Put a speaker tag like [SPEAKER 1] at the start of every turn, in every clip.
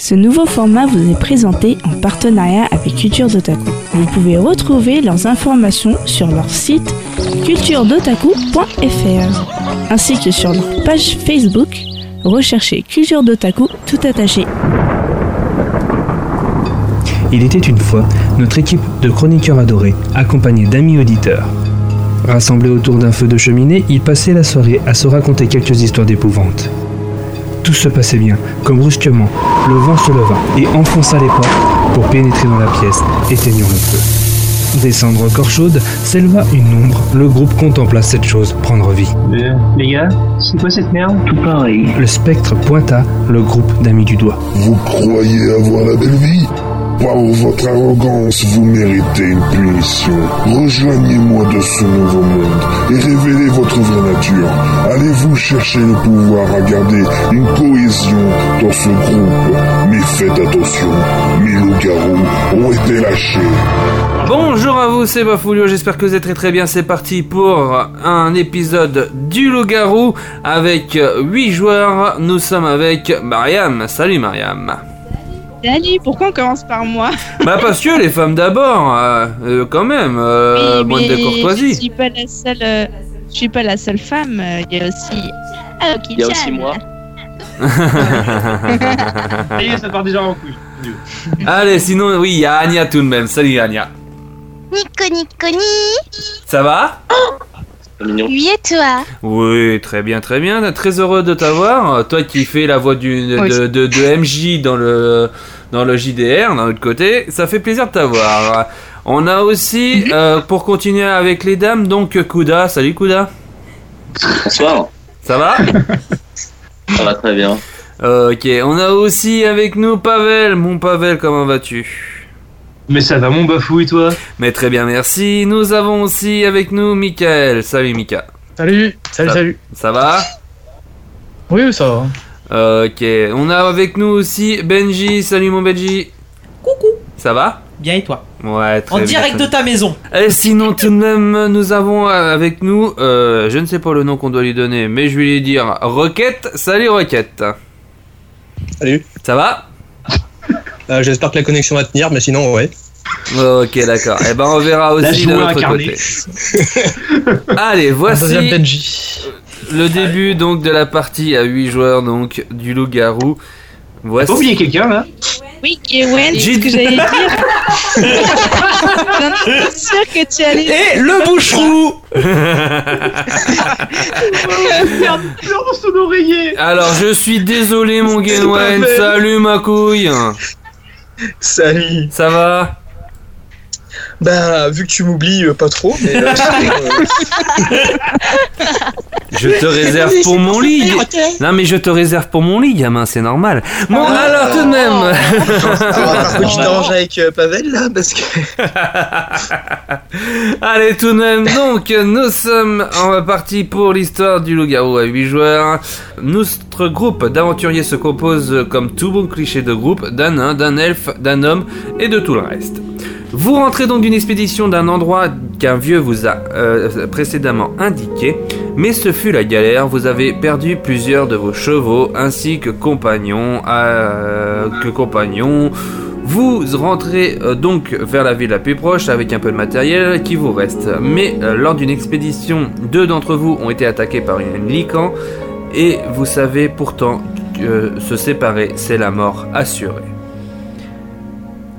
[SPEAKER 1] Ce nouveau format vous est présenté en partenariat avec Culture d'Otaku. Vous pouvez retrouver leurs informations sur leur site culturedotaku.fr ainsi que sur leur page Facebook. Recherchez Culture d'Otaku tout attaché.
[SPEAKER 2] Il était une fois notre équipe de chroniqueurs adorés, accompagnée d'amis auditeurs. Rassemblés autour d'un feu de cheminée, ils passaient la soirée à se raconter quelques histoires d'épouvante. Tout se passait bien, quand brusquement, le vent se leva et enfonça les portes pour pénétrer dans la pièce, éteignant le feu. Des cendres encore chaudes s'éleva une ombre. Le groupe contempla cette chose prendre vie.
[SPEAKER 3] Euh, les gars, c'est quoi cette merde Tout pareil.
[SPEAKER 2] Le spectre pointa le groupe d'amis du doigt.
[SPEAKER 4] Vous croyez avoir la belle vie Par votre arrogance, vous méritez une punition. Rejoignez-moi de ce nouveau monde et révélez votre vraie nature. Allez-vous chercher le pouvoir à garder une cohésion dans ce groupe Mais faites attention, mes loups-garous ont été lâchés.
[SPEAKER 5] Bonjour à vous, c'est Bafoulio, j'espère que vous êtes très très bien. C'est parti pour un épisode du Loup-Garou avec 8 joueurs. Nous sommes avec Mariam. Salut Mariam.
[SPEAKER 6] Dani, pourquoi on commence par moi
[SPEAKER 5] bah parce que les femmes d'abord, euh, euh, quand même, euh, moins de
[SPEAKER 6] je
[SPEAKER 5] courtoisie.
[SPEAKER 6] suis pas la seule, euh, je suis pas la seule femme. euh, Il y a aussi. Ah, ok,
[SPEAKER 7] Il y a
[SPEAKER 6] Chan.
[SPEAKER 7] aussi moi.
[SPEAKER 8] Ah.
[SPEAKER 3] Ça y est, ça part déjà en couille.
[SPEAKER 5] Allez, sinon, oui, il y a Anya tout de même. Salut Anya.
[SPEAKER 9] Nico Nico
[SPEAKER 5] Ça va
[SPEAKER 7] C'est mignon.
[SPEAKER 9] lui et toi
[SPEAKER 5] Oui, très bien, très bien. Très heureux de t'avoir. Euh, Toi qui fais la voix du, de,
[SPEAKER 6] Oui.
[SPEAKER 5] de, de MJ dans le, dans le JDR, d'un autre côté, ça fait plaisir de t'avoir. On a aussi, euh, pour continuer avec les dames, donc Kuda. Salut Kuda.
[SPEAKER 7] Bonsoir.
[SPEAKER 5] Ça va
[SPEAKER 7] Ça va très bien.
[SPEAKER 5] Ok, on a aussi avec nous Pavel. Mon Pavel, comment vas-tu
[SPEAKER 3] Mais ça va, mon bafouille, toi
[SPEAKER 5] Mais très bien, merci. Nous avons aussi avec nous Mickaël. Salut Mika.
[SPEAKER 10] Salut, salut,
[SPEAKER 5] Ça-
[SPEAKER 10] salut.
[SPEAKER 5] Ça va
[SPEAKER 10] Oui, ça va.
[SPEAKER 5] Ok, on a avec nous aussi Benji. Salut mon Benji. Coucou. Ça va
[SPEAKER 11] Bien et toi
[SPEAKER 5] Ouais, très
[SPEAKER 11] En
[SPEAKER 5] bien,
[SPEAKER 11] direct de
[SPEAKER 5] très
[SPEAKER 11] ta maison
[SPEAKER 5] bien. Et sinon, tout de même, nous avons euh, avec nous, euh, je ne sais pas le nom qu'on doit lui donner, mais je vais lui dire Roquette. Salut Roquette.
[SPEAKER 12] Salut.
[SPEAKER 5] Ça va
[SPEAKER 12] Euh, J'espère que la connexion va tenir, mais sinon, ouais.
[SPEAKER 5] Ok, d'accord. Et ben, on verra
[SPEAKER 3] La
[SPEAKER 5] aussi
[SPEAKER 3] joie
[SPEAKER 5] de l'autre
[SPEAKER 3] incarnée.
[SPEAKER 5] côté. Allez,
[SPEAKER 10] Un deuxième
[SPEAKER 5] voici
[SPEAKER 10] Benji.
[SPEAKER 5] le début donc de la partie à 8 joueurs donc du loup-garou.
[SPEAKER 3] T'as pas
[SPEAKER 5] Voici.
[SPEAKER 3] oublié quelqu'un, là
[SPEAKER 6] Oui, Ewen, c'est
[SPEAKER 5] J'ai
[SPEAKER 6] ce que
[SPEAKER 5] dit-
[SPEAKER 6] j'allais dire. J'en étais sûre que tu allais.
[SPEAKER 11] Et le boucherou
[SPEAKER 3] Non, son oreiller
[SPEAKER 5] Alors, je suis désolé, mon Gainwen.
[SPEAKER 12] Pavel.
[SPEAKER 5] Salut, ma couille.
[SPEAKER 12] Salut.
[SPEAKER 5] Ça va
[SPEAKER 12] Bah, vu que tu m'oublies, euh, pas trop, mais. euh, euh,
[SPEAKER 5] Je te réserve pour mon lit. Non, mais je te réserve pour mon lit, gamin, c'est normal. Bon,
[SPEAKER 12] Ah.
[SPEAKER 5] alors, tout de même.
[SPEAKER 12] faudra que tu
[SPEAKER 11] Ah.
[SPEAKER 12] t'arranges avec euh, Pavel, là, parce que.
[SPEAKER 5] Allez, tout de même, donc, nous sommes en partie pour l'histoire du loup-garou à 8 joueurs. Notre groupe d'aventuriers se compose, comme tout bon cliché de groupe, d'un nain, d'un elfe, d'un homme et de tout le reste. Vous rentrez donc d'une expédition d'un endroit qu'un vieux vous a euh, précédemment indiqué, mais ce fut la galère, vous avez perdu plusieurs de vos chevaux ainsi que compagnons, euh, que compagnons, vous rentrez euh, donc vers la ville la plus proche avec un peu de matériel qui vous reste. Mais euh, lors d'une expédition, deux d'entre vous ont été attaqués par une lican et vous savez pourtant que euh, se séparer, c'est la mort assurée.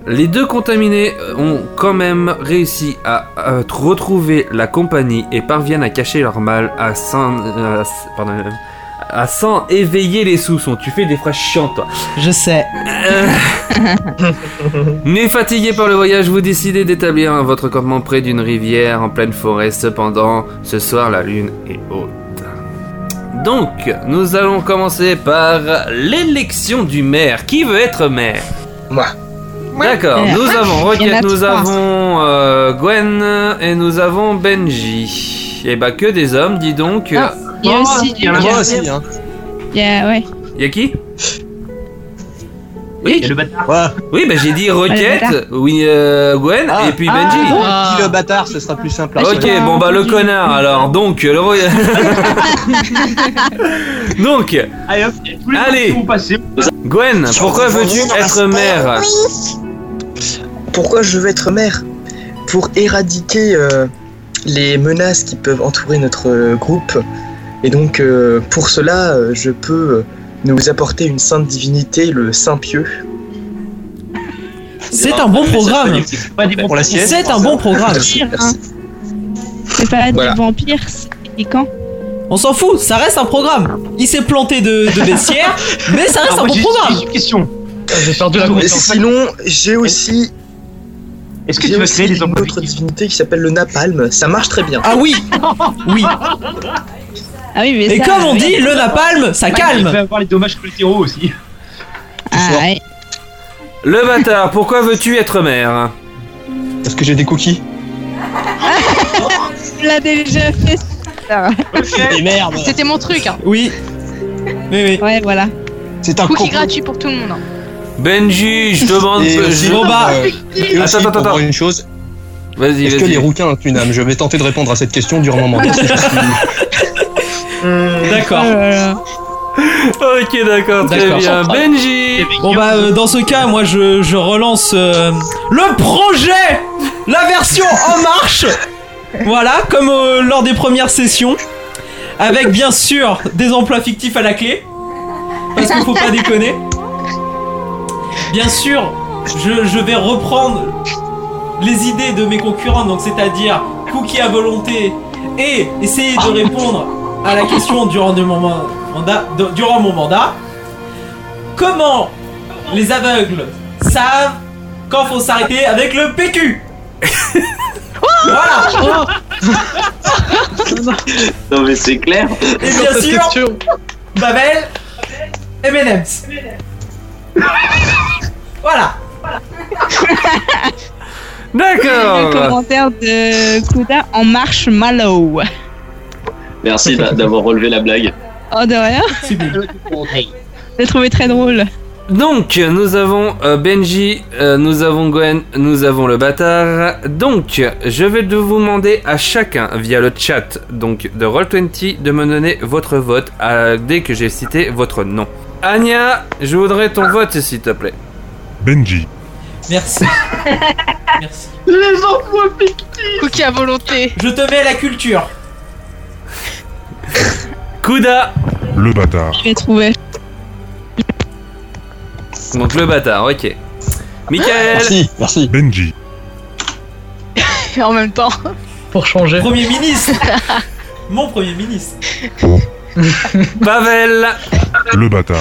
[SPEAKER 5] Les deux contaminés ont quand même réussi à, euh, retrouver la compagnie et parviennent à cacher leur mal à sans, euh, pardon, euh, à sans éveiller les soupçons. Tu fais des phrases chiantes, hein toi.
[SPEAKER 11] Je sais.
[SPEAKER 5] Mais fatigué par le voyage, vous décidez d'établir votre campement près d'une rivière en pleine forêt. Cependant, ce soir, la lune est haute. Donc, nous allons commencer par l'élection du maire. Qui veut être maire
[SPEAKER 12] Moi.
[SPEAKER 5] D'accord,
[SPEAKER 6] Euh,
[SPEAKER 5] nous avons
[SPEAKER 6] il y en a
[SPEAKER 5] Rocket, nous
[SPEAKER 6] trois.
[SPEAKER 5] avons euh, Gwen et nous avons Benji. Et bah que des hommes, dis donc.
[SPEAKER 6] Ah. Il y a aussi.
[SPEAKER 3] il y en a
[SPEAKER 6] il y a-
[SPEAKER 3] un
[SPEAKER 12] Moi aussi, hein.
[SPEAKER 6] il y a- ouais.
[SPEAKER 5] Y'a qui Oui,
[SPEAKER 3] Et le bâtard
[SPEAKER 11] Ah.
[SPEAKER 12] Voilà.
[SPEAKER 5] oui, bah j'ai dit Rocket, oui, euh, Gwen
[SPEAKER 12] Ah.
[SPEAKER 5] et puis
[SPEAKER 6] Ah,
[SPEAKER 5] Benji.
[SPEAKER 6] bon.
[SPEAKER 12] Dis le bâtard, ce sera plus simple.
[SPEAKER 6] Ah, je
[SPEAKER 5] Ok,
[SPEAKER 6] sais pas,
[SPEAKER 5] bon bah le
[SPEAKER 6] entendu.
[SPEAKER 5] euh, connard alors, donc le royaume. donc,
[SPEAKER 3] Allez, hop
[SPEAKER 5] Allez Gwen, pourquoi veux-tu être mère
[SPEAKER 12] Pourquoi je veux être mère Pour éradiquer euh, les menaces qui peuvent entourer notre euh, groupe. Et donc, euh, pour cela, euh, je peux euh, nous apporter une sainte divinité, le Saint Pieux.
[SPEAKER 11] C'est un bon programme.
[SPEAKER 12] Pour la sieste.
[SPEAKER 11] C'est un bon programme.
[SPEAKER 6] hein. C'est pas
[SPEAKER 11] Voilà.
[SPEAKER 6] des vampires, c'est des camps.
[SPEAKER 11] On s'en fout, ça reste un programme. Il s'est planté de, de baissière, mais ça
[SPEAKER 6] Ah,
[SPEAKER 11] reste Ah, un bon programme.
[SPEAKER 12] question.
[SPEAKER 3] Ah,
[SPEAKER 10] J'ai perdu
[SPEAKER 8] Ah,
[SPEAKER 11] la
[SPEAKER 12] Mais
[SPEAKER 11] confiance.
[SPEAKER 12] sinon, j'ai aussi.
[SPEAKER 3] Est-ce
[SPEAKER 12] que tu veux créer des une autre divinité qui s'appelle le napalm Ça marche très bien.
[SPEAKER 11] Ah oui Oui
[SPEAKER 6] Ah oui, mais
[SPEAKER 11] Et
[SPEAKER 6] ça,
[SPEAKER 11] comme on
[SPEAKER 6] oui.
[SPEAKER 11] dit, le napalm, ça calme.
[SPEAKER 3] Il va avoir les dommages collatéraux aussi.
[SPEAKER 6] Ah, ouais.
[SPEAKER 5] Le bâtard, pourquoi veux-tu être mère
[SPEAKER 8] Parce que j'ai des cookies.
[SPEAKER 6] Tu l'as déjà fait. ça.
[SPEAKER 8] merde.
[SPEAKER 13] C'était mon truc. Hein.
[SPEAKER 11] Oui. Oui, oui.
[SPEAKER 6] Ouais, voilà.
[SPEAKER 8] C'est
[SPEAKER 13] Cookie gratuit pour tout le monde. hein.
[SPEAKER 5] Benji, je demande.
[SPEAKER 8] Et aussi,
[SPEAKER 5] je...
[SPEAKER 8] euh, et aussi,
[SPEAKER 5] Attends, attends,
[SPEAKER 8] pour
[SPEAKER 5] attends.
[SPEAKER 8] voir une chose.
[SPEAKER 5] Vas-y,
[SPEAKER 8] Est-ce que
[SPEAKER 5] vas-y.
[SPEAKER 8] les rouquins ont une âme Je vais tenter de répondre à cette question durement. Merci.
[SPEAKER 11] D'accord.
[SPEAKER 5] Ok, d'accord, très
[SPEAKER 11] D'accord.
[SPEAKER 5] bien. Benji
[SPEAKER 11] Bon bah euh, dans ce cas moi je, je relance euh, le projet La version en marche Voilà comme euh, lors des premières sessions Avec bien sûr des emplois fictifs à la clé Parce qu'il faut pas déconner Bien sûr je, je vais reprendre les idées de mes concurrents Donc c'est à dire cookie à volonté Et essayer de répondre à la question durant, de mon man- mandat, de- durant mon mandat Comment les aveugles savent quand faut s'arrêter avec le PQ
[SPEAKER 6] Ah
[SPEAKER 11] Voilà
[SPEAKER 7] Non mais c'est clair.
[SPEAKER 11] Et bien sûr, Babel, M&M's. Voilà
[SPEAKER 6] Le commentaire de Kuda en marche Mallow.
[SPEAKER 7] Merci d'a- d'avoir relevé la blague.
[SPEAKER 6] Oh, de rien. J'ai trouvé très drôle.
[SPEAKER 5] Donc, nous avons euh, Benji, euh, nous avons Gwen, nous avons le bâtard. Donc, je vais de vous demander à chacun, via le chat donc de Roll20, de me donner votre vote euh, dès que j'ai cité votre nom. Anya, je voudrais ton vote, s'il te plaît.
[SPEAKER 14] Benji.
[SPEAKER 11] Merci.
[SPEAKER 13] Les emplois fictifs. Cookie à volonté.
[SPEAKER 11] Je te mets la culture.
[SPEAKER 5] Kuda
[SPEAKER 14] Le bâtard.
[SPEAKER 6] Je l'ai trouvé.
[SPEAKER 5] Donc, le bâtard, ok. Michael
[SPEAKER 8] merci.
[SPEAKER 14] Benji.
[SPEAKER 13] en même temps.
[SPEAKER 10] Pour changer.
[SPEAKER 11] Premier ministre Mon premier ministre
[SPEAKER 8] Ah,
[SPEAKER 5] Pavel
[SPEAKER 14] Le bâtard.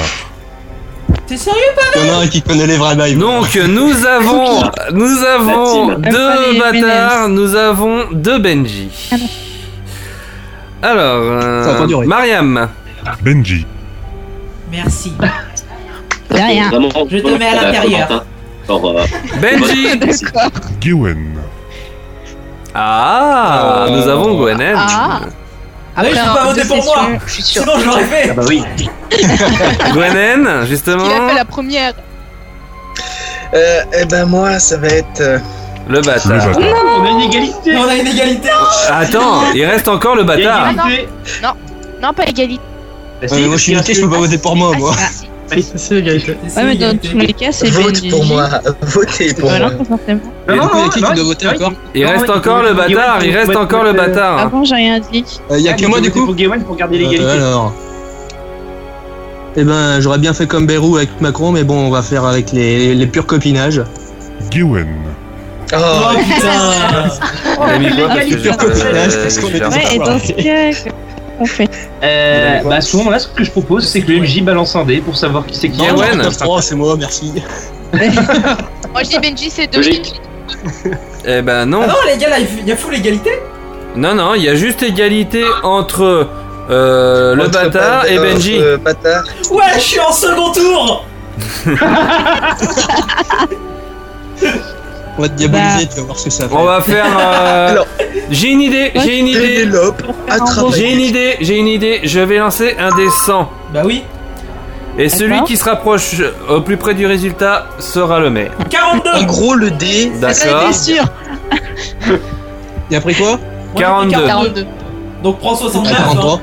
[SPEAKER 11] T'es sérieux
[SPEAKER 8] Il y en a un qui connaît les vrais bails.
[SPEAKER 5] Donc nous avons, nous avons
[SPEAKER 8] Facile.
[SPEAKER 5] deux
[SPEAKER 8] Allez,
[SPEAKER 5] bâtards, nous avons deux Benji. Alors, euh,
[SPEAKER 8] Ça va pas durer.
[SPEAKER 5] Mariam.
[SPEAKER 14] Benji.
[SPEAKER 11] Merci
[SPEAKER 6] De
[SPEAKER 11] Ah.
[SPEAKER 6] rien. Je te mets à l'intérieur.
[SPEAKER 7] euh,
[SPEAKER 5] Benji.
[SPEAKER 14] Gwen.
[SPEAKER 5] Ah, nous avons Gwenet.
[SPEAKER 13] Ah.
[SPEAKER 11] Ah oui, je peux
[SPEAKER 13] Après
[SPEAKER 11] pas
[SPEAKER 13] un-
[SPEAKER 11] voter
[SPEAKER 13] deux
[SPEAKER 11] pour moi.
[SPEAKER 13] sessions, Je suis sûr.
[SPEAKER 11] Sinon, je l'aurais fait. Hein
[SPEAKER 5] bah oui. Gwennen,
[SPEAKER 13] Il a
[SPEAKER 5] justement,
[SPEAKER 13] fait la première.
[SPEAKER 12] Euh, eh ben moi, ça va être. euh,
[SPEAKER 5] le bâtard.
[SPEAKER 3] On a une égalité.
[SPEAKER 11] On a une égalité.
[SPEAKER 5] Attends, il reste encore le bâtard.
[SPEAKER 13] Ah, non. non, non, pas égalité.
[SPEAKER 8] Euh, moi, je suis muté, je peux pas voter pour moi,
[SPEAKER 6] Ah,
[SPEAKER 8] moi.
[SPEAKER 10] C'est égalité.
[SPEAKER 6] Ouais, mais dans tous les cas, c'est
[SPEAKER 12] Vote pour moi. Votez pour
[SPEAKER 6] Voilà,
[SPEAKER 12] moi.
[SPEAKER 6] forcément.
[SPEAKER 8] Et du coup, il y a qui qui doit voter encore
[SPEAKER 5] Il reste encore le bâtard, il reste encore le bâtard.
[SPEAKER 6] Avant, j'ai rien dit.
[SPEAKER 8] Euh, Il y
[SPEAKER 3] Ah,
[SPEAKER 8] a que moi
[SPEAKER 6] Ah,
[SPEAKER 8] du coup
[SPEAKER 3] Pour Gwen pour garder
[SPEAKER 8] Euh,
[SPEAKER 3] l'égalité.
[SPEAKER 8] Alors. Eh ben, j'aurais bien fait comme Bérou avec Macron, mais bon, on va faire avec les, les, les purs copinages.
[SPEAKER 14] Gwen.
[SPEAKER 8] Oh,
[SPEAKER 5] Ah,
[SPEAKER 11] putain
[SPEAKER 3] Ah Oh,
[SPEAKER 5] Il a mis quoi parce que
[SPEAKER 8] Les
[SPEAKER 5] je-
[SPEAKER 8] purs copinages,
[SPEAKER 5] euh,
[SPEAKER 8] parce qu'on
[SPEAKER 5] j'ai
[SPEAKER 8] était
[SPEAKER 5] un-
[SPEAKER 6] Ouais, et dans ce cas, on fait.
[SPEAKER 3] Euh, bah, à ce moment-là, ce que je propose, c'est que le MJ balance un dé pour savoir qui c'est qui.
[SPEAKER 5] Non,
[SPEAKER 3] gagne.
[SPEAKER 5] non,
[SPEAKER 8] Oh, c'est moi, merci.
[SPEAKER 13] Moi, je dis Benji, c'est deux.
[SPEAKER 5] Eh ben non.
[SPEAKER 11] Ah non les gars là il y a full égalité
[SPEAKER 5] Non, non, il y a juste égalité entre euh, le
[SPEAKER 12] Entre
[SPEAKER 5] bâtard et
[SPEAKER 12] Bâtard,
[SPEAKER 5] Benji.
[SPEAKER 12] euh, bâtard.
[SPEAKER 11] Ouais je suis en second tour
[SPEAKER 8] On va te
[SPEAKER 5] Bah,
[SPEAKER 8] diaboliser, tu vas voir ce que ça fait.
[SPEAKER 5] On va faire. euh,
[SPEAKER 12] Alors,
[SPEAKER 5] J'ai une idée, j'ai une idée.
[SPEAKER 12] développe, attrape.
[SPEAKER 5] Ah, J'ai une idée, j'ai une idée. Je vais lancer un des 100.
[SPEAKER 11] Bah oui
[SPEAKER 5] Et celui
[SPEAKER 11] D'accord.
[SPEAKER 5] qui se rapproche euh, au plus près du résultat sera le maire.
[SPEAKER 11] 42
[SPEAKER 12] En gros, le dé.
[SPEAKER 5] D'accord
[SPEAKER 6] sûr.
[SPEAKER 8] Et après quoi
[SPEAKER 11] Moi, j'ai fait
[SPEAKER 5] 42.
[SPEAKER 13] 42.
[SPEAKER 11] Donc prends
[SPEAKER 8] Ah,
[SPEAKER 11] 69 hein.
[SPEAKER 8] 43.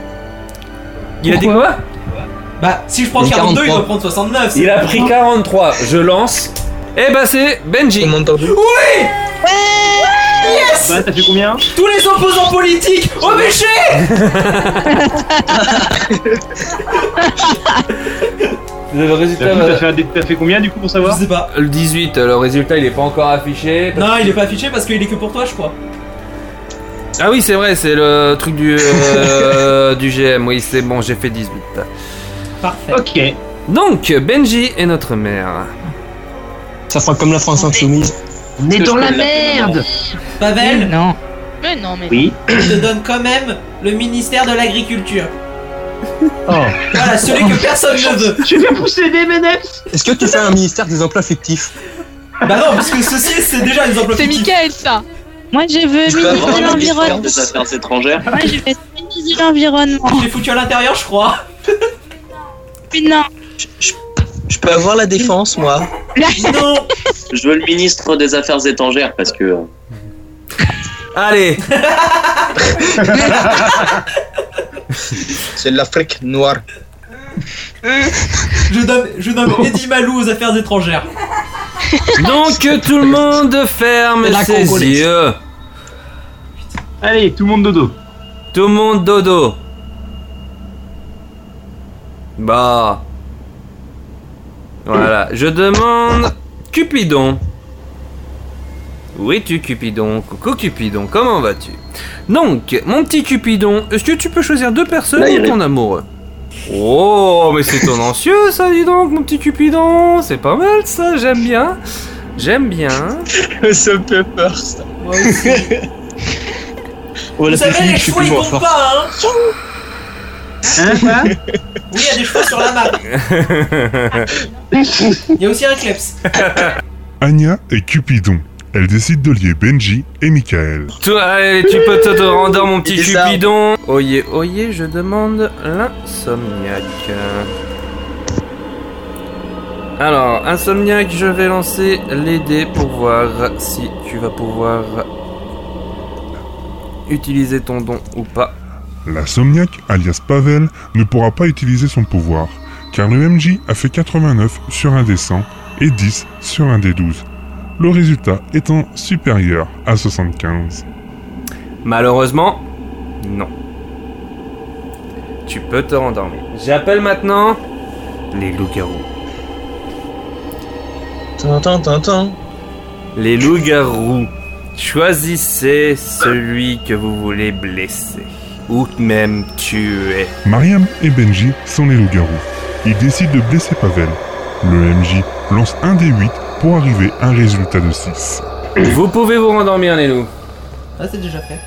[SPEAKER 5] Il a dit quoi
[SPEAKER 11] Bah, si je prends
[SPEAKER 5] Il est
[SPEAKER 11] 42, il
[SPEAKER 5] 43.
[SPEAKER 11] doit prendre 69. c'est
[SPEAKER 5] Il a
[SPEAKER 11] pas
[SPEAKER 5] pris
[SPEAKER 11] moi.
[SPEAKER 5] 43, je lance. Et bah c'est Benji.
[SPEAKER 11] Oui Yes
[SPEAKER 3] Bah, t'as fait combien
[SPEAKER 11] Tous les opposants politiques au bûcher
[SPEAKER 5] Le résultat
[SPEAKER 3] T'as fait, euh, un dé- t'as fait combien du coup pour savoir
[SPEAKER 11] Je sais pas.
[SPEAKER 5] Le 18, le résultat il est pas encore affiché.
[SPEAKER 11] Non, il est pas affiché parce qu'il est que pour toi, je crois.
[SPEAKER 5] Ah oui, c'est vrai, c'est le truc du, euh, du GM. Oui, c'est bon, j'ai fait 18.
[SPEAKER 11] Parfait.
[SPEAKER 3] Ok.
[SPEAKER 5] Donc, Benji est notre mère.
[SPEAKER 8] Ça fera comme la France insoumise.
[SPEAKER 5] On
[SPEAKER 11] est dans la merde. Pavel
[SPEAKER 6] Non.
[SPEAKER 11] Mais non, mais.
[SPEAKER 3] Oui.
[SPEAKER 11] Je te donne quand même le ministère de l'Agriculture.
[SPEAKER 8] Oh.
[SPEAKER 11] Voilà, celui que personne ne veut.
[SPEAKER 3] Je vais pousser des menaces
[SPEAKER 8] Est-ce que tu fais un ministère des emplois fictifs
[SPEAKER 11] Bah non, parce que ceci, c'est déjà les emplois
[SPEAKER 13] C'est Michael ça
[SPEAKER 6] Moi, je veux ministre de l'environnement.
[SPEAKER 7] des affaires étrangères.
[SPEAKER 6] Moi, Ah, je veux être ministre de l'environnement.
[SPEAKER 11] J'ai foutu à l'intérieur, je crois.
[SPEAKER 6] Mais non.
[SPEAKER 7] Je peux avoir la défense, moi.
[SPEAKER 11] Non
[SPEAKER 7] Je veux le ministre des Affaires étrangères parce que. euh,
[SPEAKER 5] Allez
[SPEAKER 12] C'est l'Afrique noire.
[SPEAKER 11] Je nomme, je nomme Eddie Malou aux affaires étrangères.
[SPEAKER 5] Donc, tout le monde ferme
[SPEAKER 11] La
[SPEAKER 5] ses
[SPEAKER 11] Congolaise.
[SPEAKER 5] yeux.
[SPEAKER 3] Allez, tout le monde dodo.
[SPEAKER 5] Tout le monde dodo. Bah. Voilà, je demande Cupidon. Où es-tu Cupidon Coucou Cupidon, comment vas-tu Donc, mon petit Cupidon, est-ce que tu peux choisir deux personnes
[SPEAKER 7] Là, il
[SPEAKER 5] ou ton amoureux Oh, mais c'est tendancieux ça, dis donc, mon petit Cupidon C'est pas mal ça, j'aime bien. J'aime bien.
[SPEAKER 12] ça me fait peur ça.
[SPEAKER 11] Moi aussi. Vous savez, les chevaux, ils comptent pas, hein
[SPEAKER 3] Hein, quoi
[SPEAKER 11] Oui, il y a des chevaux sur la map. Il y a aussi un Kleps.
[SPEAKER 14] Anya et Cupidon. Elles décident de lier Benji et Michael.
[SPEAKER 5] Toi, allez, tu peux te te rendormir, mon petit
[SPEAKER 14] Et ça.
[SPEAKER 5] Cupidon. Oyez, oyez, je demande l'insomniaque. Alors, insomniaque, je vais lancer les dés pour voir si tu vas pouvoir utiliser ton don ou pas.
[SPEAKER 14] L'insomniaque, alias Pavel, ne pourra pas utiliser son pouvoir, car le MJ a fait 89 sur un des 100 et 10 sur un des 12, le résultat étant supérieur à 75.
[SPEAKER 5] Malheureusement, non. Tu peux te rendormir. J'appelle maintenant les loups-garous.
[SPEAKER 12] Tintin, tintin.
[SPEAKER 5] Les loups-garous, choisissez celui que vous voulez blesser ou même tuer.
[SPEAKER 14] Mariam et Benji sont les loups-garous. Ils décident de blesser Pavel. Le MJ lance un des 8 pour arriver à un résultat de 6.
[SPEAKER 5] Vous pouvez vous rendormir, les loups.
[SPEAKER 11] Ah, c'est déjà fait.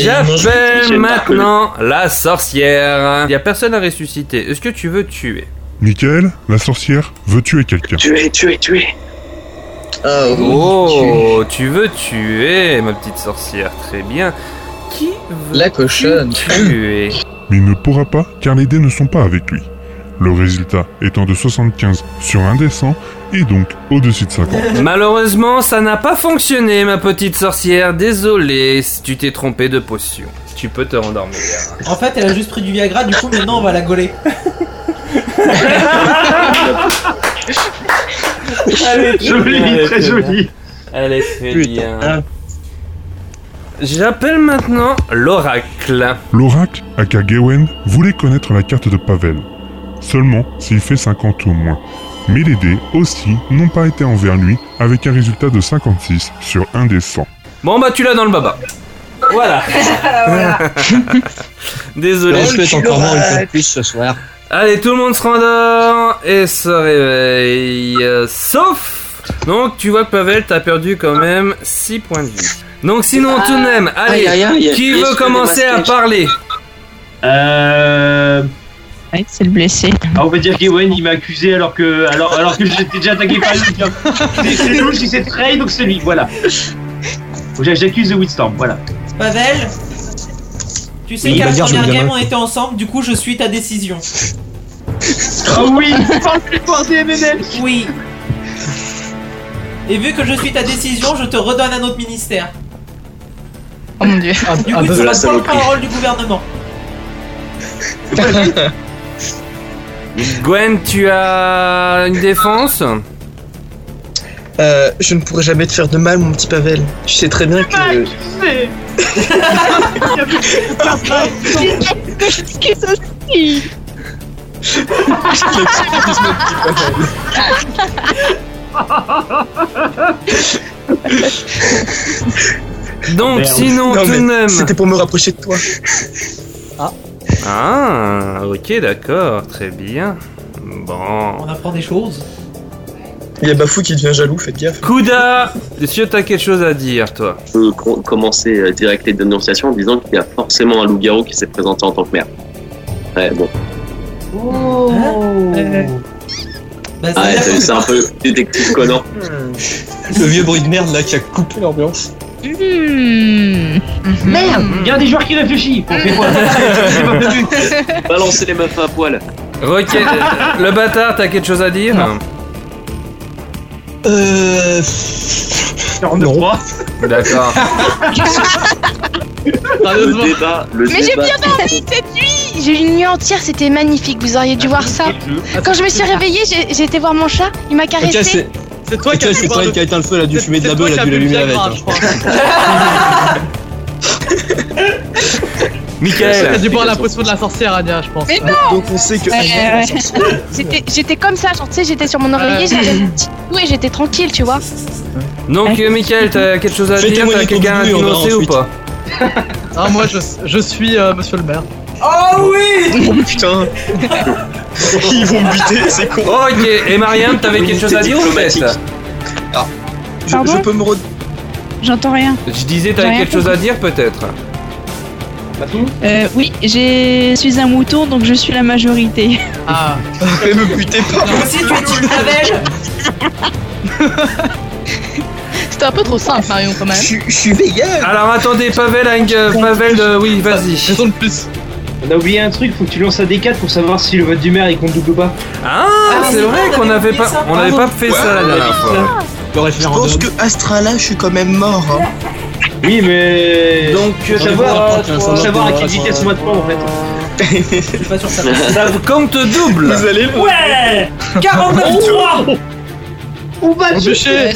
[SPEAKER 5] J'appelle maintenant la sorcière. Y a personne à ressusciter. Est-ce que tu veux tuer
[SPEAKER 14] Michael, la sorcière, veut tuer quelqu'un.
[SPEAKER 7] Tuer, tuer, tuer.
[SPEAKER 12] Ah
[SPEAKER 5] Oh, tu veux tuer ma petite sorcière. Très bien. Qui veut
[SPEAKER 12] La cochonne.
[SPEAKER 5] tuer
[SPEAKER 14] mais il ne pourra pas car les dés ne sont pas avec lui. Le résultat étant de 75 sur un des 100 et donc au-dessus de 50.
[SPEAKER 5] Malheureusement, ça n'a pas fonctionné, ma petite sorcière. Désolé, tu t'es trompé de potion. Tu peux te rendormir.
[SPEAKER 11] En fait, elle a juste pris du Viagra, du coup, maintenant, on va la gauler.
[SPEAKER 3] Joli, très joli.
[SPEAKER 5] Elle est très bien. J'appelle maintenant l'oracle.
[SPEAKER 14] L'oracle, aka Gewen, voulait connaître la carte de Pavel. Seulement s'il fait 50 ou moins. Mais les dés aussi n'ont pas été envers lui avec un résultat de 56 sur un des 100.
[SPEAKER 5] Bon bah tu l'as dans le baba. Voilà. Désolé.
[SPEAKER 8] On le souhaite encore mort une fois de plus ce soir.
[SPEAKER 5] Allez, tout le monde se rendort et se réveille. euh, Sauf. Donc tu vois que Pavel, t'as perdu quand même 6 points de vie. Donc sinon
[SPEAKER 3] Ah.
[SPEAKER 5] tout de même, allez,
[SPEAKER 3] Aïe, aïe, aïe.
[SPEAKER 5] qui
[SPEAKER 3] Est-ce
[SPEAKER 5] veut
[SPEAKER 3] que
[SPEAKER 5] commencer
[SPEAKER 3] le
[SPEAKER 5] à
[SPEAKER 3] masque-
[SPEAKER 5] parler
[SPEAKER 3] Euh.
[SPEAKER 6] Ouais, c'est le blessé.
[SPEAKER 3] Ah, on va dire qu'Ewen il m'a accusé alors que alors, alors que j'étais déjà attaqué par lui. C'est- C'est Louche, il s'est trahi donc c'est lui, voilà. Faut que J'accuse The Windstorm, voilà.
[SPEAKER 11] Pavel Tu sais
[SPEAKER 3] Oui,
[SPEAKER 11] qu'à la
[SPEAKER 3] bah, dire, je
[SPEAKER 11] première
[SPEAKER 3] me
[SPEAKER 11] game,
[SPEAKER 3] gamin.
[SPEAKER 11] on était ensemble, du coup, je suis ta décision.
[SPEAKER 3] Oh oui, parle plus fort des
[SPEAKER 11] Oui. Et vu que je suis ta décision, je te redonne un autre ministère.
[SPEAKER 13] Oh mon dieu.
[SPEAKER 3] Ah,
[SPEAKER 11] Du coup, tu seras pas le parole du gouvernement.
[SPEAKER 5] Gwen, tu as une défense
[SPEAKER 12] Euh, je ne pourrai jamais te faire de mal, mon petit Pavel. Je sais très bien que.
[SPEAKER 6] C'est. Qu'est-ce aussi
[SPEAKER 5] Donc, sinon,
[SPEAKER 12] Ah, Non,
[SPEAKER 5] tout
[SPEAKER 12] mais
[SPEAKER 5] de même.
[SPEAKER 12] C'était pour me rapprocher de toi.
[SPEAKER 5] Ah, ok, d'accord, très bien. Bon.
[SPEAKER 11] On apprend des choses.
[SPEAKER 12] Il y a Bafou qui devient jaloux, faites gaffe.
[SPEAKER 5] Kouda Est-ce que t'as quelque chose à dire, toi
[SPEAKER 7] Je peux co- commencer euh, direct les dénonciations en disant qu'il y a forcément un loup-garou qui s'est présenté en tant que maire. Ouais, bon.
[SPEAKER 11] Oh.
[SPEAKER 3] Hein Euh,
[SPEAKER 11] Bah,
[SPEAKER 7] Ouais,
[SPEAKER 8] Ah,
[SPEAKER 11] Ah,
[SPEAKER 7] c'est c'est un peu détective Conan.
[SPEAKER 12] Le vieux bruit de merde là qui a coupé l'ambiance.
[SPEAKER 6] Hmm.
[SPEAKER 3] Merde Il y a des joueurs qui réfléchissent On fait quoi J'ai pas prévu.
[SPEAKER 7] Balancez les meufs à poil.
[SPEAKER 5] Ok, euh, le bâtard, t'as quelque chose à dire
[SPEAKER 8] Euh.
[SPEAKER 3] 49 3.
[SPEAKER 5] D'accord.
[SPEAKER 7] Le débat, le
[SPEAKER 13] Mais j'ai
[SPEAKER 7] débat.
[SPEAKER 13] bien dormi cette nuit J'ai eu une nuit entière, c'était magnifique, vous auriez dû voir ça.
[SPEAKER 11] Ah,
[SPEAKER 13] Quand je me suis réveillée, j'ai j'ai été voir mon chat, il m'a
[SPEAKER 8] Tiens,
[SPEAKER 13] caressé.
[SPEAKER 8] c'est. C'est toi, qui a, éteint le feu, elle a dû fumer de la beuh, elle a dû l'allumer avec.
[SPEAKER 10] Ça a
[SPEAKER 5] Michael
[SPEAKER 10] dû boire la potion de la sorcière, Adia, je pense.
[SPEAKER 13] Mais non
[SPEAKER 10] Donc on sait que.
[SPEAKER 13] Ouais, ouais. J'étais- J'étais comme ça, genre tu sais, j'étais sur mon oreiller, j'avais une petite douille et j'étais tranquille, tu vois.
[SPEAKER 5] Donc, euh, Michael, t'as quelque chose à
[SPEAKER 10] Fais
[SPEAKER 5] dire
[SPEAKER 10] témoigner
[SPEAKER 5] T'as
[SPEAKER 10] ton
[SPEAKER 5] quelqu'un à
[SPEAKER 10] boulot, on verra
[SPEAKER 5] dénoncer ou
[SPEAKER 10] ensuite.
[SPEAKER 5] pas
[SPEAKER 10] Ah, moi je, je suis euh, monsieur le maire.
[SPEAKER 11] Oh oui
[SPEAKER 12] Oh putain Ils vont me buter, c'est con
[SPEAKER 5] Ok, et Marianne, t'avais quelque chose à dire ou fait
[SPEAKER 12] Je, je peux me re...
[SPEAKER 6] J'entends rien.
[SPEAKER 5] Je disais,
[SPEAKER 6] J'ai
[SPEAKER 5] t'avais
[SPEAKER 6] rien
[SPEAKER 5] quelque chose à
[SPEAKER 6] compris.
[SPEAKER 5] dire peut-être
[SPEAKER 6] Euh, oui, j'ai- je suis un mouton, donc je suis la majorité.
[SPEAKER 10] Ah
[SPEAKER 12] Fais me buter pas
[SPEAKER 11] Si tu dis Pavel
[SPEAKER 13] C'était un peu trop simple, Marion, quand même.
[SPEAKER 12] Je suis vegan
[SPEAKER 5] Alors attendez, Pavel a une. euh, Pavel, euh, oui, vas-y.
[SPEAKER 10] de plus.
[SPEAKER 3] On a oublié un truc, faut que tu lances un D4 pour savoir si le vote du maire il compte double ou pas.
[SPEAKER 5] Ah, c'est vrai qu'on avait pas, on avait pas fait ça la dernière fois.
[SPEAKER 12] Je pense que Astrala, je suis quand même mort. hein.
[SPEAKER 3] Oui, mais.
[SPEAKER 5] Donc, euh,
[SPEAKER 3] faut euh, savoir, faut savoir à quelle vitesse on va te prendre en fait.
[SPEAKER 11] Je suis pas sûr que ça
[SPEAKER 5] Ça vous euh, compte double.
[SPEAKER 12] Vous allez loin.
[SPEAKER 11] Ouais 49 3
[SPEAKER 6] On va
[SPEAKER 5] Au bûcher.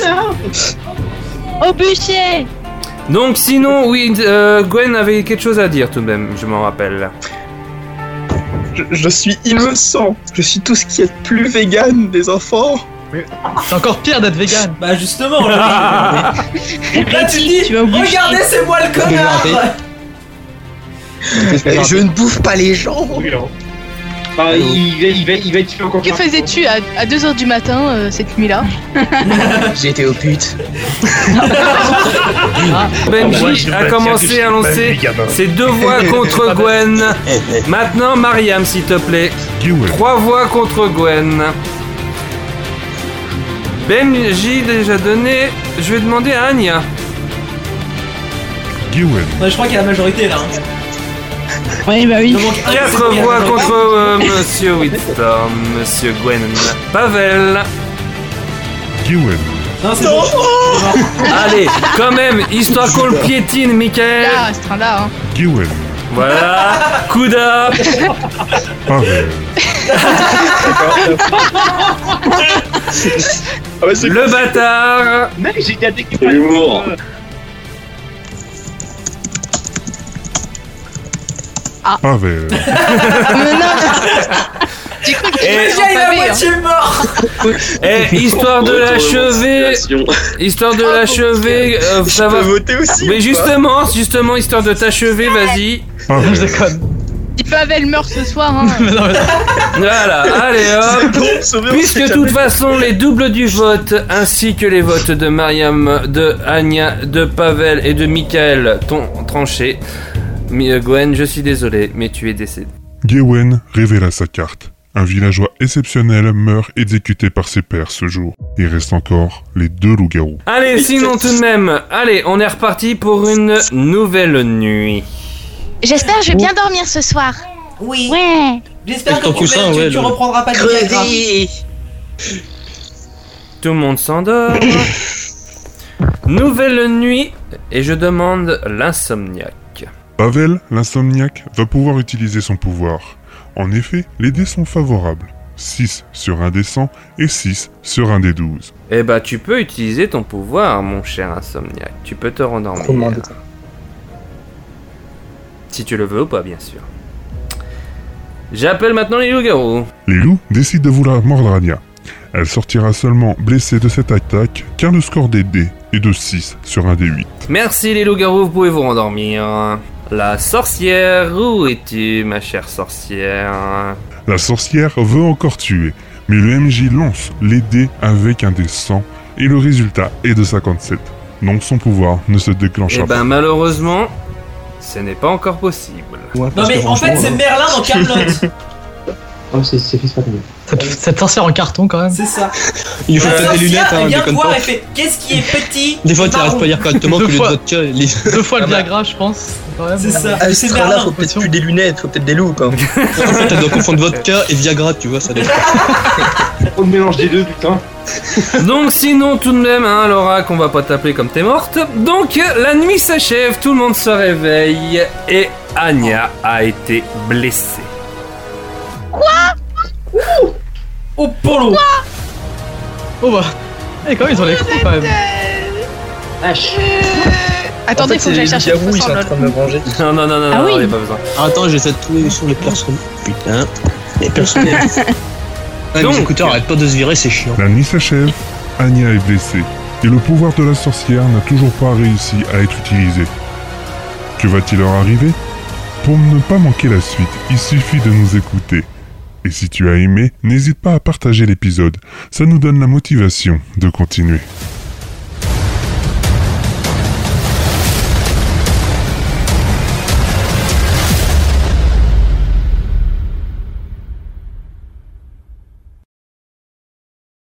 [SPEAKER 6] Au bûcher
[SPEAKER 5] Donc sinon, oui, euh, Gwen avait quelque chose à dire tout de même, je m'en rappelle.
[SPEAKER 12] Je, je suis innocent. Je suis tout ce qui est de plus vegan des enfants.
[SPEAKER 10] C'est encore pire d'être vegan.
[SPEAKER 11] Bah justement là, là, tu dis
[SPEAKER 6] vas au bûcher.
[SPEAKER 11] Regardez c'est moi le connard
[SPEAKER 12] Et je ne bouffe pas les gens.
[SPEAKER 3] Bah, il, va, il, va, il va être tué encore.
[SPEAKER 13] Que
[SPEAKER 3] par-
[SPEAKER 13] faisais-tu à, 2h du matin euh, cette nuit-là
[SPEAKER 12] J'étais au pute.
[SPEAKER 3] Moi,
[SPEAKER 5] Benji
[SPEAKER 3] je
[SPEAKER 5] Ben
[SPEAKER 3] maintiens
[SPEAKER 5] a
[SPEAKER 3] que je
[SPEAKER 5] commencé
[SPEAKER 3] suis
[SPEAKER 5] à
[SPEAKER 3] pas
[SPEAKER 5] lancer
[SPEAKER 3] lui, gamin.
[SPEAKER 5] ses deux voix contre Gwen.
[SPEAKER 8] Eh,
[SPEAKER 5] Maintenant, Mariam, s'il te plaît. Trois voix contre Gwen. Benji déjà donné. Je vais demander à Anya.
[SPEAKER 14] Gwen,
[SPEAKER 11] Ouais, Je crois qu'il y a la majorité là. hein.
[SPEAKER 6] Oui, bah oui.
[SPEAKER 11] Il en manque un, Ah, c'est
[SPEAKER 5] Quatre
[SPEAKER 11] qu'il y a la
[SPEAKER 5] voix
[SPEAKER 11] majorité.
[SPEAKER 5] contre euh, Monsieur Winston, Monsieur Gwen, Pavel.
[SPEAKER 14] Gwen,
[SPEAKER 11] Non, c'est bon.
[SPEAKER 5] Allez, quand même, histoire qu'on le piétine, Michael.
[SPEAKER 13] Là, à ce train-là, hein.
[SPEAKER 14] Gwen,
[SPEAKER 5] Voilà, Kouda,
[SPEAKER 14] Pavel,
[SPEAKER 5] le bâtard.
[SPEAKER 3] Mec, j'étais à des
[SPEAKER 7] C'est l'humour.
[SPEAKER 14] Pavel,
[SPEAKER 13] Mais non J'ai cru que tu
[SPEAKER 5] Et-
[SPEAKER 13] étais
[SPEAKER 11] Déjà, il est à
[SPEAKER 13] pavé, hein.
[SPEAKER 11] moitié mort
[SPEAKER 5] Eh, histoire de
[SPEAKER 7] Retour
[SPEAKER 5] l'achever,
[SPEAKER 7] situation.
[SPEAKER 5] histoire de l'achever, euh, ça va.
[SPEAKER 12] voter aussi.
[SPEAKER 5] Mais
[SPEAKER 12] ou pas
[SPEAKER 5] justement, justement, histoire de t'achever, vas-y.
[SPEAKER 10] Je
[SPEAKER 14] Pavel,
[SPEAKER 10] déconne.
[SPEAKER 13] Si Pavel meurt ce soir, hein.
[SPEAKER 10] Mais non, mais non.
[SPEAKER 5] Voilà, allez hop.
[SPEAKER 12] Bon, sauver, on
[SPEAKER 5] Puisque
[SPEAKER 12] s'est
[SPEAKER 5] de toute façon les doubles du vote ainsi que les votes de Mariam, de Anya, de Pavel et de Michael t'ont tranché. Mi- euh, Gwen, je suis désolé, mais tu es décédé.
[SPEAKER 14] Gwen révéla sa carte. Un villageois exceptionnel meurt exécuté par ses pairs ce jour. Il reste encore les deux loups-garous.
[SPEAKER 5] Allez, sinon tout de même, allez, on est reparti pour une nouvelle nuit.
[SPEAKER 9] J'espère que je vais bien dormir ce soir.
[SPEAKER 11] Oui
[SPEAKER 9] Ouais.
[SPEAKER 11] J'espère
[SPEAKER 8] Avec
[SPEAKER 11] que
[SPEAKER 8] ton
[SPEAKER 11] tu,
[SPEAKER 8] coussin,
[SPEAKER 11] tu-
[SPEAKER 8] ouais,
[SPEAKER 11] tu
[SPEAKER 8] le-
[SPEAKER 11] reprendras pas de Viagra.
[SPEAKER 5] Tout le monde s'endort. Nouvelle nuit et je demande l'insomniaque.
[SPEAKER 14] Pavel, l'insomniaque, va pouvoir utiliser son pouvoir. En effet, les dés sont favorables. 6 sur un des 100 et 6 sur un des 12.
[SPEAKER 5] Eh bah, tu peux utiliser ton pouvoir, mon cher insomniaque. Tu peux te rendormir. Si tu le veux ou pas, bien sûr. J'appelle maintenant les loups-garous.
[SPEAKER 14] Les loups décident de vouloir mordre Anya. Elle sortira seulement blessée de cette attaque car le score des dés est de 6 sur un des 8.
[SPEAKER 5] Merci les loups-garous, vous pouvez vous rendormir. La sorcière, où es-tu, ma chère sorcière
[SPEAKER 14] La sorcière veut encore tuer, mais le MJ lance les dés avec un des 100 et le résultat est de 57. Donc son pouvoir ne se déclenchera
[SPEAKER 5] Eh ben, malheureusement, ce n'est pas encore possible.
[SPEAKER 11] Non mais en fait c'est
[SPEAKER 8] euh,
[SPEAKER 11] Merlin dans Camelot.
[SPEAKER 10] Ah, c'est Cette sorcière en carton quand même.
[SPEAKER 11] C'est ça.
[SPEAKER 8] Il lui faut
[SPEAKER 11] La
[SPEAKER 8] peut-être des
[SPEAKER 11] sorcière,
[SPEAKER 8] lunettes, hein,
[SPEAKER 11] Elle vient
[SPEAKER 8] déconne
[SPEAKER 11] Euh, voir
[SPEAKER 8] pas.
[SPEAKER 11] et fait qu'est-ce qui est petit
[SPEAKER 8] Des fois,
[SPEAKER 11] et
[SPEAKER 8] tu arrives
[SPEAKER 11] marron
[SPEAKER 8] pas à dire correctement
[SPEAKER 10] Deux
[SPEAKER 8] que les
[SPEAKER 10] fois.
[SPEAKER 8] autres tiens, les-
[SPEAKER 10] Deux fois le
[SPEAKER 8] Ah bah,
[SPEAKER 10] Viagra, je pense. quand même.
[SPEAKER 11] C'est ça.
[SPEAKER 12] À
[SPEAKER 11] Ah, C'est
[SPEAKER 12] Euh, ce Ah, là
[SPEAKER 11] Merlin.
[SPEAKER 12] faut peut-être plus des lunettes, faut peut-être des loups quoi.
[SPEAKER 8] Peut-être dois confondre vodka et Viagra, tu vois, ça dépend.
[SPEAKER 3] On mélange des deux, putain.
[SPEAKER 5] Donc sinon tout de même, hein, Laura, qu'on va pas t'appeler comme t'es morte. Donc la nuit s'achève, tout le monde se réveille et Anya a été blessée.
[SPEAKER 11] au polo.
[SPEAKER 10] Oh bah. Et quand même, ils ont les coups quand même.
[SPEAKER 13] Attendez, faut que j'aille chercher le poisson, lol.
[SPEAKER 12] me venger.
[SPEAKER 5] Non, non, non, non,
[SPEAKER 13] Ah
[SPEAKER 5] non,
[SPEAKER 13] oui.
[SPEAKER 5] y a pas besoin.
[SPEAKER 8] Attends, j'essaie de trouver sur les personnes. Putain, les personnes. Ouais,
[SPEAKER 5] Donc-
[SPEAKER 8] les écouteurs arrêtent pas de se virer, c'est chiant.
[SPEAKER 14] La nuit s'achève, Anya est blessée, et le pouvoir de la sorcière n'a toujours pas réussi à être utilisé. Que va-t-il leur arriver Pour ne pas manquer la suite, il suffit de nous écouter. Et si tu as aimé, n'hésite pas à partager l'épisode, ça nous donne la motivation de continuer.